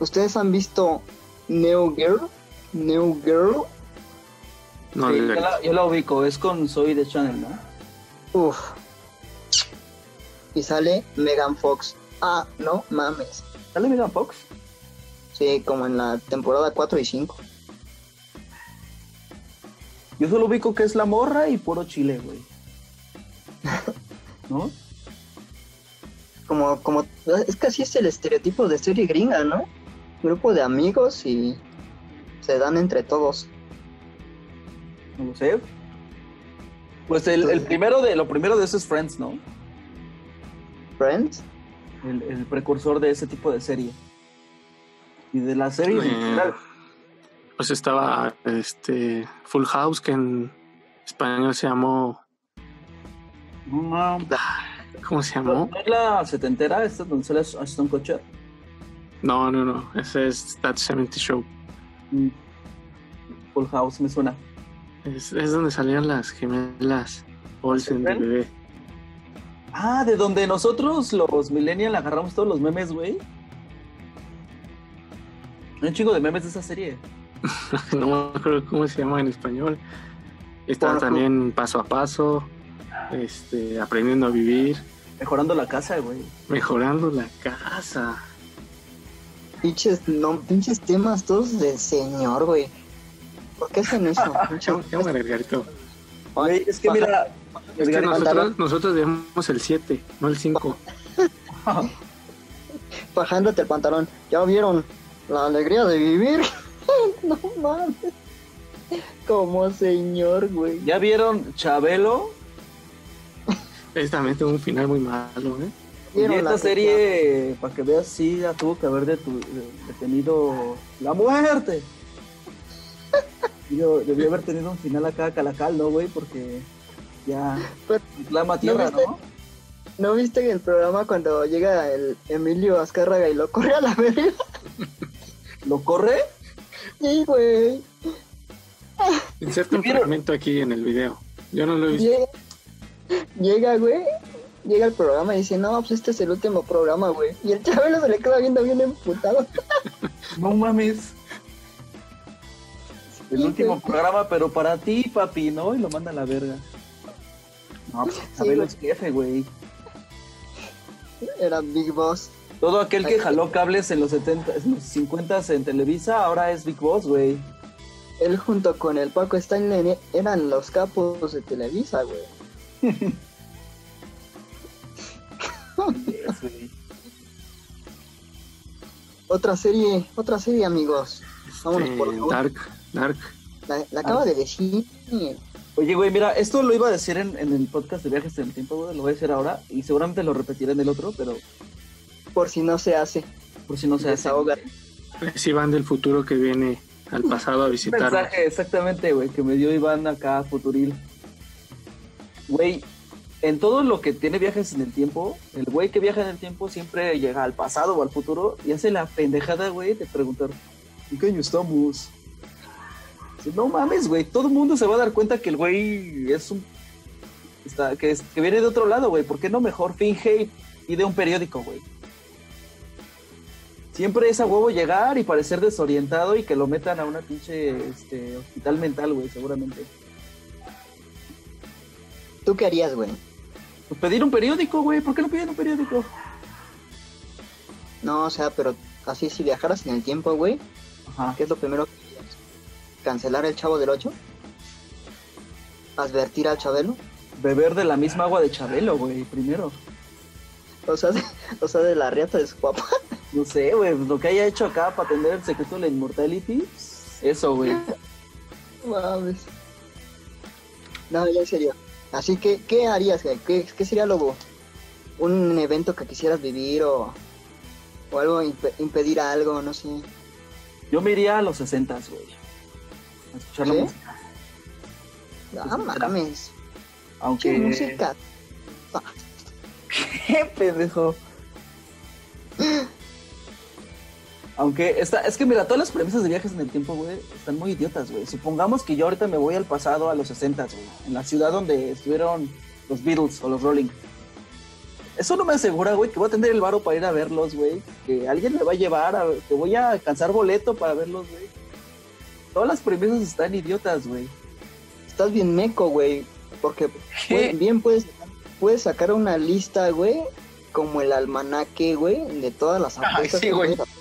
S1: ¿Ustedes han visto New Girl? New Girl?
S2: No,
S3: Sí,
S2: de-
S3: yo, la, yo la ubico, es con Soy de Channel, ¿no?
S1: Uf. Y sale Megan Fox. Ah, no mames.
S3: ¿Sale Megan Fox?
S1: Sí, como en la temporada 4 y 5.
S3: Yo solo ubico que es la morra y puro chile, güey. ¿No?
S1: Como, como, es que así es el estereotipo de serie gringa, ¿no? Grupo de amigos y se dan entre todos.
S3: No lo sé. Pues el, el primero de, lo primero de eso es Friends, ¿no?
S1: Friends.
S3: El, el precursor de ese tipo de serie. Y de la serie,
S2: Eh,
S3: literal,
S2: pues estaba este Full House, que en español se llamó.
S3: no, no,
S2: ¿Cómo se
S3: ¿No
S2: llamó?
S3: es la setentera? ¿Esta es donde sale Ashton Kutcher?
S2: No, no, no. Ese es That 70 Show.
S3: Mm. Full House me suena.
S2: Es, es donde salían las gemelas Olsen de
S3: ¿Friends?
S2: bebé.
S3: Ah, de donde nosotros los millennials agarramos todos los memes, güey. Hay un chingo de memes de esa serie.
S2: No me acuerdo cómo se llama en español. Estaba
S1: Porco.
S2: también paso a paso, este, aprendiendo a vivir,
S3: Mejorando la casa, güey.
S2: mejorando la casa.
S1: Pinches, no, pinches temas todos del señor, güey. ¿Por qué hacen eso?
S2: Chau, cámara, Edgarito.
S3: Güey, es que mira.
S2: Es que
S3: Edgar,
S2: nosotros, nosotros debemos el 7, no el 5.
S1: Bajándote el pantalón. ¿Ya vieron la alegría de vivir? no mames. Como señor, güey.
S3: ¿Ya vieron Chabelo?
S2: Es también tuvo un final muy malo, ¿eh?
S3: Y
S1: ¿Vieron
S3: esta
S1: la-
S3: serie, para que veas, sí la tuvo que haber detu- de- detenido la muerte. Yo debía haber tenido un final acá calacal, ¿no, güey? Porque ya
S1: Pero-
S3: clama tierra,
S1: Pues, viste?
S3: ¿no?
S1: ¿No viste el programa cuando llega el Emilio Azcárraga y lo corre a la verga?
S3: ¿Lo corre?
S1: Sí, güey.
S2: Inserta un
S3: ¿Vieron?
S2: fragmento aquí en el video. Yo no lo he visto.
S1: Llega, llega, güey. Llega al programa y dice, no, pues este es el último programa, güey. Y el chabelo se le queda viendo bien emputado.
S3: No mames. El
S1: Sí,
S3: último
S1: güey.
S3: programa, pero para ti, papi, ¿no? Y lo manda a la verga. No, pues Chabelo
S1: güey.
S3: es jefe, güey.
S1: Era Big Boss.
S3: Todo aquel que
S1: Ay.
S3: jaló cables en los 70, en los 50 en Televisa, ahora es Big Boss, güey.
S1: Él junto con el Paco Stanley e- eran los capos de Televisa, güey.
S3: Yes, güey.
S1: Otra serie, otra serie, amigos. Vámonos
S2: Eh,
S1: por favor.
S2: Dark, Dark.
S1: La, la acaba de decir.
S3: Oye, güey, mira, esto lo iba a decir en, en el podcast de viajes en el tiempo, güey, lo voy a decir ahora y seguramente lo repetiré en el otro, pero
S1: Por si no se hace.
S3: por si no se hace.
S1: Desahoga.
S2: Es Iván del futuro que viene al pasado a
S3: Un
S2: visitarnos.
S3: mensaje exactamente, güey, que me dio Iván acá, Futuril. Güey, en todo lo que tiene viajes en el tiempo, el güey que viaja en el tiempo siempre llega al pasado o al futuro y hace la pendejada, güey, de preguntar, ¿en qué año estamos? Dice, No mames, güey, todo el mundo se va a dar cuenta que el güey es un... Está, que, es- que viene de otro lado, güey, ¿por qué no mejor finge y pide un periódico, güey? Siempre es a huevo llegar y parecer desorientado y que lo metan a una pinche este, hospital mental, güey, seguramente.
S1: ¿Tú qué harías, güey?
S3: Pues pedir un periódico, güey, ¿por qué no piden un periódico?
S1: No, o sea, pero así si viajaras en el tiempo, güey,
S3: Ajá.
S1: ¿qué es lo primero que harías? ¿Cancelar el chavo del 8? ¿Advertir al Chabelo?
S3: Beber de la misma agua de Chabelo, güey, primero.
S1: O sea, de, o sea, de la riata de su papá.
S3: No sé, güey, pues, lo que haya hecho acá para tener el secreto de la immortality, eso, güey.
S1: Mames. No, ya en serio. Así que, ¿qué harías, güey? ¿Qué, qué sería lo un evento que quisieras vivir o, o algo, imp- impedir algo, no sé?
S3: Yo me iría a los 60, güey. A escuchar la
S1: ¿Sí?
S3: música.
S1: Ah, mames.
S3: Aunque.
S1: Qué música.
S3: ¡Qué pendejo! Aunque está, es que mira, todas las premisas de viajes en el tiempo, güey, están muy idiotas, güey. Supongamos que yo ahorita me voy al pasado a los 60, güey, en la ciudad donde estuvieron los Beatles o los Rolling. Eso no me asegura, güey, que voy a tener el varo para ir a verlos, güey. Que alguien me va a llevar, a- que voy a alcanzar boleto para verlos, güey. Todas las premisas están idiotas, güey.
S1: Estás bien meco, güey. Porque
S3: ¿Qué?
S1: Pues, bien, puedes, puedes sacar una lista, güey, como el almanaque, güey, de todas las apuestas.
S2: sí,
S1: que
S2: güey.
S1: puedes hacer,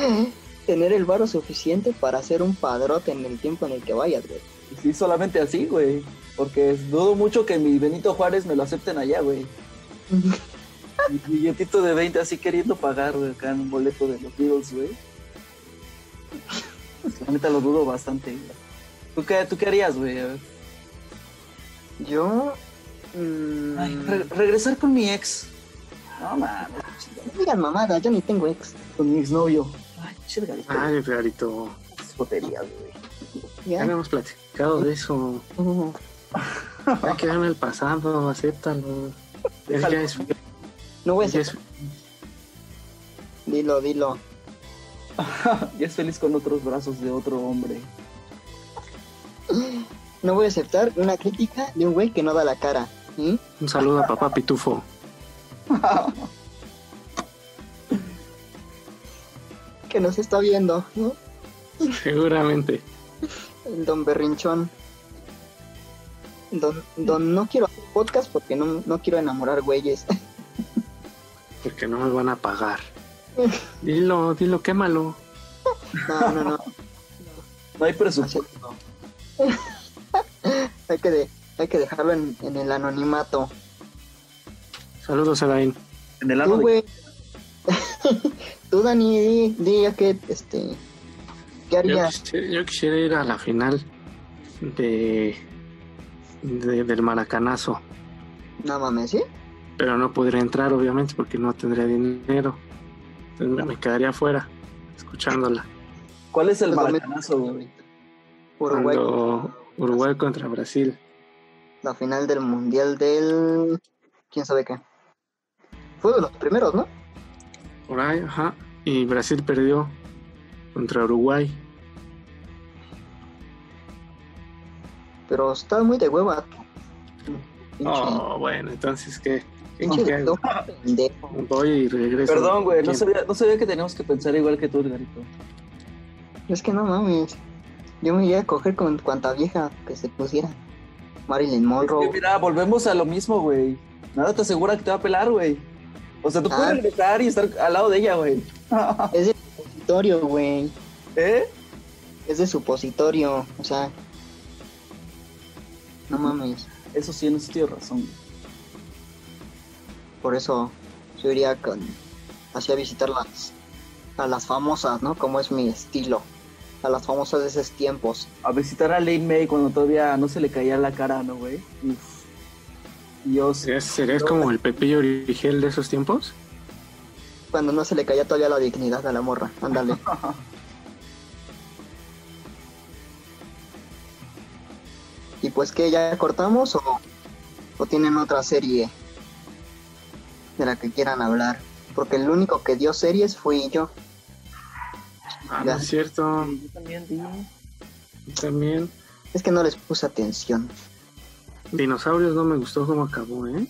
S1: güey. Tener el varo suficiente para hacer un padrote en el tiempo en el que vayas, güey.
S3: Sí, solamente así, güey. Porque dudo mucho que mi Benito Juárez me lo acepten allá, güey. Mi billetito de 20 así queriendo pagar, güey, acá en un boleto de los Beatles, güey. La neta lo dudo bastante, güey. ¿Tú qué, ¿Tú qué harías, güey? A ver.
S1: Yo. mm,
S3: Ay, re- regresar con mi ex. No mames, chingada.
S1: no digan mamadas, yo ni tengo ex.
S3: con mi exnovio. Ay, chilgarito.
S2: Ay, Garito.
S3: Jotería, güey.
S2: Ya
S1: Ya.
S2: habíamos platicado de eso.
S1: No,
S2: Hay que en el pasado, acéptalo. Él
S3: Déjalo.
S2: ya es,
S1: no voy a
S2: ya
S1: ser.
S2: es-
S1: Dilo, dilo.
S3: Ya es feliz con otros brazos de otro hombre.
S1: No voy a aceptar una crítica de un güey que no da la cara. ¿Mm?
S2: un saludo a papá Pitufo.
S1: Que nos está viendo, ¿no?
S2: Seguramente.
S1: El Don Berrinchón. Don, don no quiero hacer podcast porque no, no quiero enamorar güeyes.
S2: Porque no me van a pagar. Dilo, dilo, quémalo.
S1: No, no, no.
S3: No hay
S1: Así-
S3: presupuesto.
S1: hay, que de- hay que dejarlo en, en el anonimato.
S2: Saludos, Edain.
S3: En el
S1: Tú,
S3: ano de-
S1: güey. Tú, Dani, di, di a qué, este, ¿qué
S2: Yo
S1: harías?
S2: quisiera, yo quisiera ir a la final de, de- del maracanazo,
S1: No mames, ¿sí?
S2: pero no podría entrar, obviamente, porque no tendría dinero. Entonces me, me quedaría afuera, escuchándola.
S3: ¿Cuál es el
S1: Pues,
S3: maracanazo, güey?
S1: Uruguay,
S2: Cuando Uruguay contra Brasil.
S1: la final del mundial del. quién sabe qué. Fue de los primeros, ¿no?
S2: Por ahí, ajá. Y Brasil perdió contra Uruguay.
S1: Pero está muy de hueva. Pinche-
S2: Oh, bueno, entonces, ¿qué? ¿Qué,
S1: pinche
S2: qué hago?
S1: doctor pendejo.
S2: Voy y regreso.
S3: Perdón, güey, no sabía, no sabía que teníamos que pensar igual que tú, Edgarito.
S1: Es que no mames. Yo me iría a coger con cuanta vieja que se pusiera. Marilyn
S3: Es
S1: Monroe.
S3: que mira, volvemos a lo mismo, güey. Nada te asegura que te va a pelar, güey. O sea, tú
S1: Ah.
S3: puedes regresar y estar al lado de ella, güey.
S1: Es de supositorio, güey.
S3: ¿Eh?
S1: Es de supositorio. O sea. No mames.
S3: Eso sí, en eso tienes razón. güey.
S1: Por eso yo iría con. Así a visitar las. A las famosas, ¿no? Como es mi estilo. A las famosas de esos tiempos.
S3: A visitar a Lane May cuando todavía no se le caía la cara, ¿no, güey? Uf. Dios.
S2: ¿Serías, serías como el Pepillo Origel de esos tiempos?
S1: Cuando no se le caía todavía la dignidad a la morra. Ándale. ¿Y pues qué? ¿Ya cortamos o, o tienen otra serie de la que quieran hablar? Porque el único que dio series fui yo.
S2: Ah, no es cierto.
S3: Yo también, digo.
S2: También.
S1: Es que no les puse atención.
S2: Dinosaurios no me gustó cómo acabó, ¿eh?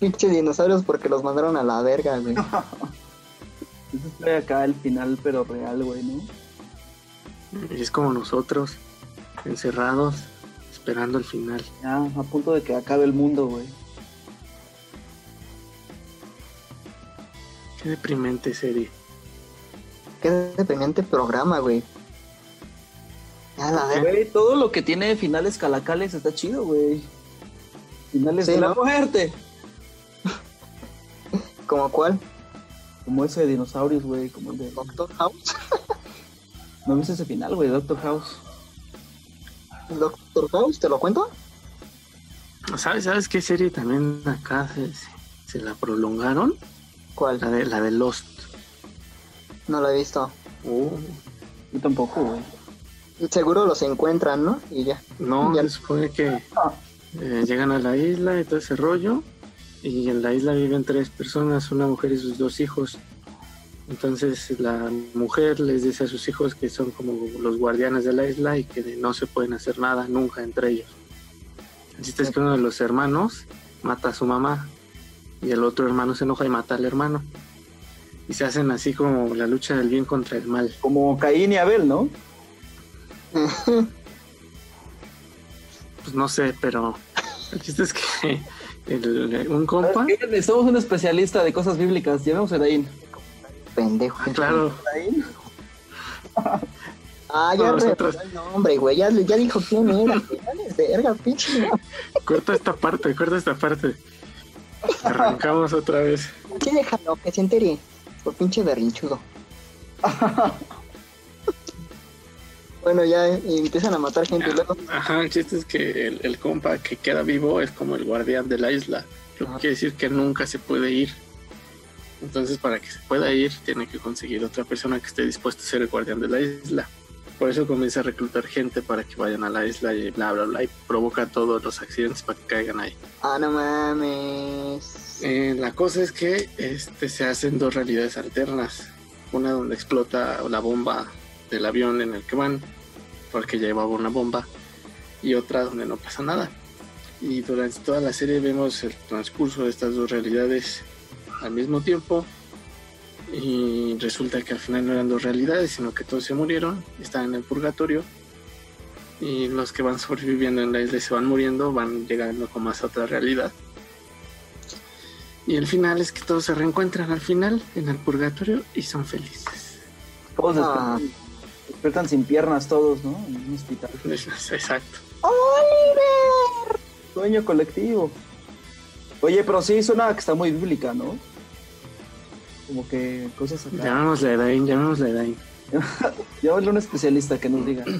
S1: Pinche dinosaurios porque los mandaron a la verga, güey.
S3: Eso fue acá el final, pero real, güey, ¿no?
S2: Y es como nosotros, encerrados, esperando el final.
S3: Ya, a punto de que acabe el mundo, güey.
S2: Qué deprimente serie.
S1: Qué dependiente programa, güey. A la verga.
S3: Güey, todo lo que tiene finales calacales está chido, güey. Finales
S1: Sí,
S3: de la
S1: ¿no?
S3: muerte.
S1: ¿Como cuál?
S3: Como ese de dinosaurios, güey. Como el de.
S1: Doctor House.
S3: No viste ese final, güey, Doctor House.
S1: Doctor House, ¿te lo cuento?
S2: ¿Sabes, ¿Sabes qué serie también acá se, se- se la prolongaron? La
S1: ¿Cuál?
S2: de, la de Lost.
S1: No lo he visto.
S3: Oh. Yo tampoco, güey.
S1: Seguro los encuentran, ¿no? Y ya.
S2: No,
S1: Ya.
S2: se supone que eh, llegan a la isla y todo ese rollo. Y en la isla viven tres personas, una mujer y sus dos hijos. Entonces la mujer les dice a sus hijos que son como los guardianes de la isla y que no se pueden hacer nada nunca entre ellos. El chiste es que uno de los hermanos mata a su mamá y el otro hermano se enoja y mata al hermano. Y se hacen así como la lucha del bien contra el mal.
S3: Como Caín y Abel, ¿no?
S2: Pues no sé, pero el chiste es que el- un compa...
S3: Miren, Somos un especialista de cosas bíblicas. Llevemos a Caín.
S1: Pendejo.
S2: Ah, claro.
S3: Caín.
S1: Ah, ya
S2: No,
S1: reveló
S2: nosotros-
S1: el nombre, güey. Ya, ya dijo quién era. güey. Dale, verga, pinche.
S2: Corta esta parte, corta esta parte. Arrancamos otra vez.
S1: Sí, déjalo, que se entere. Por pinche berrinchudo. bueno, ya eh, empiezan a matar gente y luego.
S2: Ajá, el chiste es que el, el compa que queda vivo es como el guardián de la isla. Lo que
S1: Ajá.
S2: quiere decir que nunca se puede ir. Entonces, para que se pueda ir, tiene que conseguir otra persona que esté dispuesta a ser el guardián de la isla. Por eso comienza a reclutar gente para que vayan a la isla y bla, bla, bla. Y provoca todos los accidentes para que caigan ahí.
S1: Ah, no mames.
S2: Eh, la cosa es que este, se hacen dos realidades alternas. Una donde explota la bomba del avión en el que van, porque llevaba una bomba, y otra donde no pasa nada. Y durante toda la serie vemos el transcurso de estas dos realidades al mismo tiempo. Y resulta que al final no eran dos realidades, sino que todos se murieron, están en el purgatorio. Y los que van sobreviviendo en la isla y se van muriendo, van llegando como a esa otra realidad. Y el final es que todos se reencuentran al final en el purgatorio y son felices.
S3: Todos
S1: Ah.
S3: despiertan, despiertan sin piernas todos, ¿no? En un hospital.
S2: Es- Exacto.
S1: ¡Oliver!
S3: Sueño colectivo. Oye, pero sí suena que está muy bíblica, ¿no? Como que cosas acá.
S2: Llamémosle a Edain, llamémosle a Edain.
S3: Ya a un especialista que nos diga.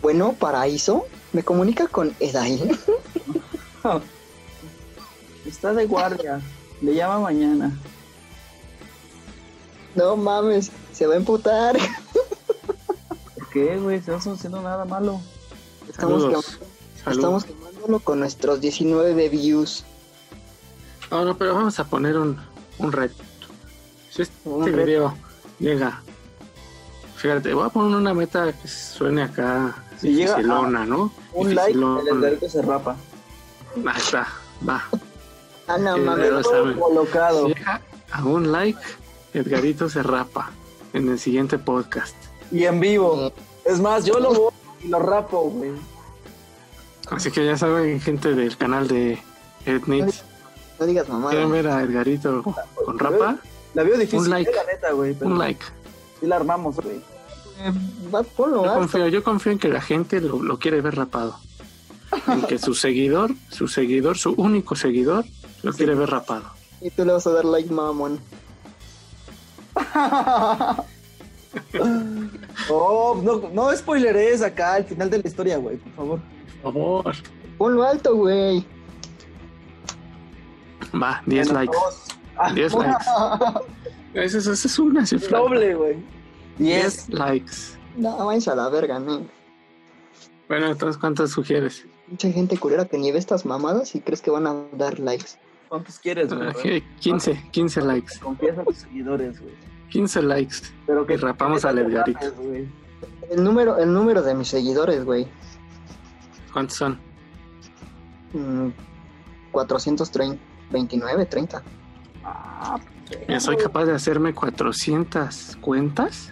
S1: Bueno, paraíso. Me comunica con Edain.
S3: Está de guardia. Le llama mañana.
S1: No mames, se va a emputar.
S3: ¿Por qué, güey? Se no estamos haciendo nada malo.
S1: Estamos,
S2: Saludos.
S1: quem-
S2: Saludos.
S1: estamos quemándolo con nuestros 19 views.
S2: No, no, pero vamos a poner un, un reto. Si este
S1: Un reto.
S2: video llega, fíjate, voy a poner una meta que suene acá
S3: Si llega a
S2: dificilona, ¿no?
S3: Un like, el
S2: Dificilona.
S3: albergue se rapa.
S2: Ahí está, va.
S1: Ah, no
S2: Sí,
S1: mames.
S2: pero- saben.
S3: Colocado.
S2: Si llega a un like, Edgarito se rapa en el siguiente podcast.
S3: Y en vivo. Es más, yo lo voy y lo rapo, güey.
S2: Así que ya saben, gente del canal de EdNids,
S1: No digas
S2: quieren
S1: mamada.
S2: ver a Edgarito con rapa,
S3: La veo difícil,
S2: Un like.
S3: eh, la neta, güey. Pero
S2: un like.
S3: sí la armamos, güey.
S1: Va, ponlo, ah,
S2: eh, Yo
S1: va.
S2: confío, yo confío en que la gente lo, lo quiere ver rapado. En que su seguidor, su seguidor, su único seguidor, lo quiere ver rapado.
S1: Y tú le vas a dar like, mamón.
S3: Oh, no, no spoileres acá al final de la historia, güey, por favor.
S2: Por favor.
S1: Ponlo alto, güey.
S2: Va, 10
S3: Bueno,
S2: likes.
S3: dos. Ah,
S2: 10 likes. Esa es, esa es una
S3: el
S2: cifra.
S3: doble, güey.
S2: 10
S3: Diez.
S2: likes.
S1: No, váyanse a la verga, men.
S2: Bueno, entonces, ¿cuántas sugieres?
S1: Mucha gente culera que ni ve estas mamadas y crees que van a dar likes.
S3: ¿Cuántos quieres, güey?
S2: Eh, 15, 15 likes.
S3: Confiesa a tus seguidores, güey.
S2: 15 likes.
S3: Pero
S2: Y rapamos
S3: que-
S2: al Edgarito.
S3: rapes, güey.
S1: El número, el número de mis seguidores, güey.
S2: ¿Cuántos son?
S1: Mm, 429, 30.
S3: Ah,
S2: Mira, soy capaz de hacerme 400 cuentas.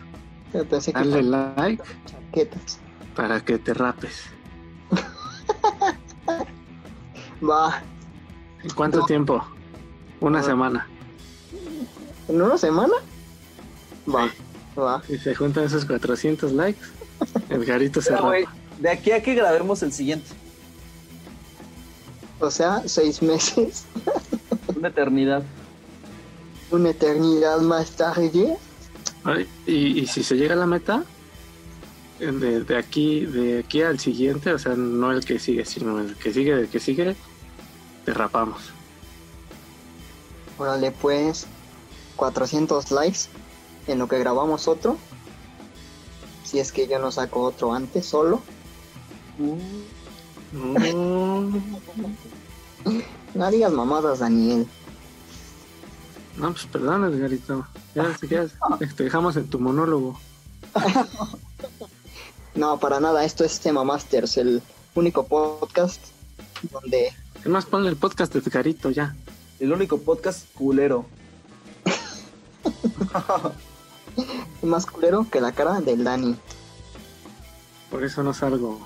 S1: Yo pensé que
S2: Dale
S1: eran
S2: like
S1: chaquetas.
S2: para que te rapes.
S1: Va,
S2: ¿En cuánto
S1: No.
S2: tiempo? Una
S1: Ah.
S2: semana.
S1: ¿en una semana? Va, va.
S2: Si se juntan esos 400 likes, Edgarito se
S3: Mira,
S2: rapa.
S3: güey, de aquí a que grabemos el siguiente.
S1: O sea, seis meses,
S3: Una eternidad.
S1: una eternidad más tarde.
S2: Ay, Y, y si se llega a la meta, de, de aquí de aquí al siguiente, o sea, no el que sigue, sino el que sigue, el que sigue, derrapamos.
S1: Órale, pues 400 likes en lo que grabamos otro. Si es que yo no saco otro antes, solo.
S2: No,
S1: No digas mamadas, Daniel.
S2: no pues perdón, Edgarito. Ya, si quieres, eh, te dejamos en tu monólogo.
S1: No, para nada, esto es Tema Masters, el único podcast donde
S2: Es más, ponle el podcast de Edgarito ya.
S3: El único podcast culero.
S1: es más culero que la cara del Dani.
S2: Por eso no salgo.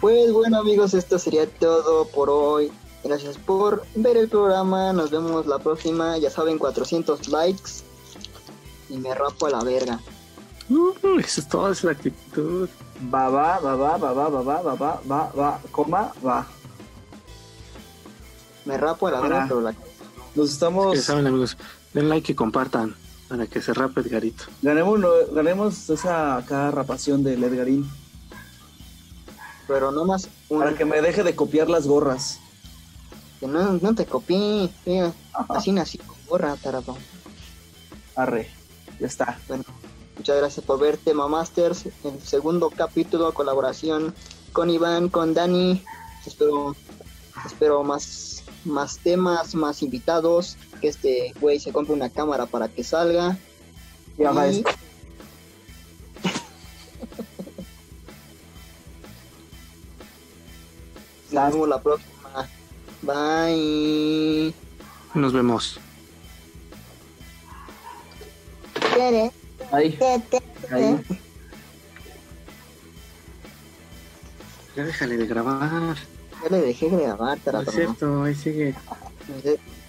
S1: Pues bueno amigos, esto sería todo por hoy. Gracias por ver el programa. Nos vemos la próxima. Ya saben, 400 likes. Y me rapo a la verga.
S2: Uh, eso es todo, es la actitud.
S3: Va, va, va, va, va, va, va, va, va, va, va, va, coma, va.
S1: Me rapo a la verga,
S3: Ah.
S1: pero la...
S3: Nos estamos.
S2: Ya saben, amigos, den like y compartan para que se rape Edgarito.
S3: Ganemos, lo- ganemos esa acá rapación del Edgarín.
S1: Pero no más... una.
S3: Para que me deje de copiar las gorras.
S1: Que No, no te copié. mira. Así nací con gorra, tarado.
S3: Arre. Ya está.
S1: Bueno, muchas gracias por ver Tema Masters, el segundo capítulo, colaboración con Iván, con Dani. Espero, espero más, más temas, más invitados, que este güey se compre una cámara para que salga.
S3: Y haga
S1: Y-
S3: esto.
S1: Nos vemos la próxima. Bye.
S2: Nos vemos.
S3: Ahí. Ahí.
S2: Ya déjale de grabar.
S1: Ya le dejé grabar,
S2: No
S1: tarado.
S2: es cierto, ahí sigue.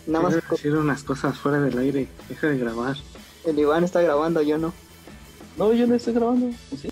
S1: Nada más
S2: Quiero decir unas cosas fuera del aire. Deja de grabar.
S1: el Iván está grabando, yo no.
S3: No, yo no estoy grabando. ¿Sí?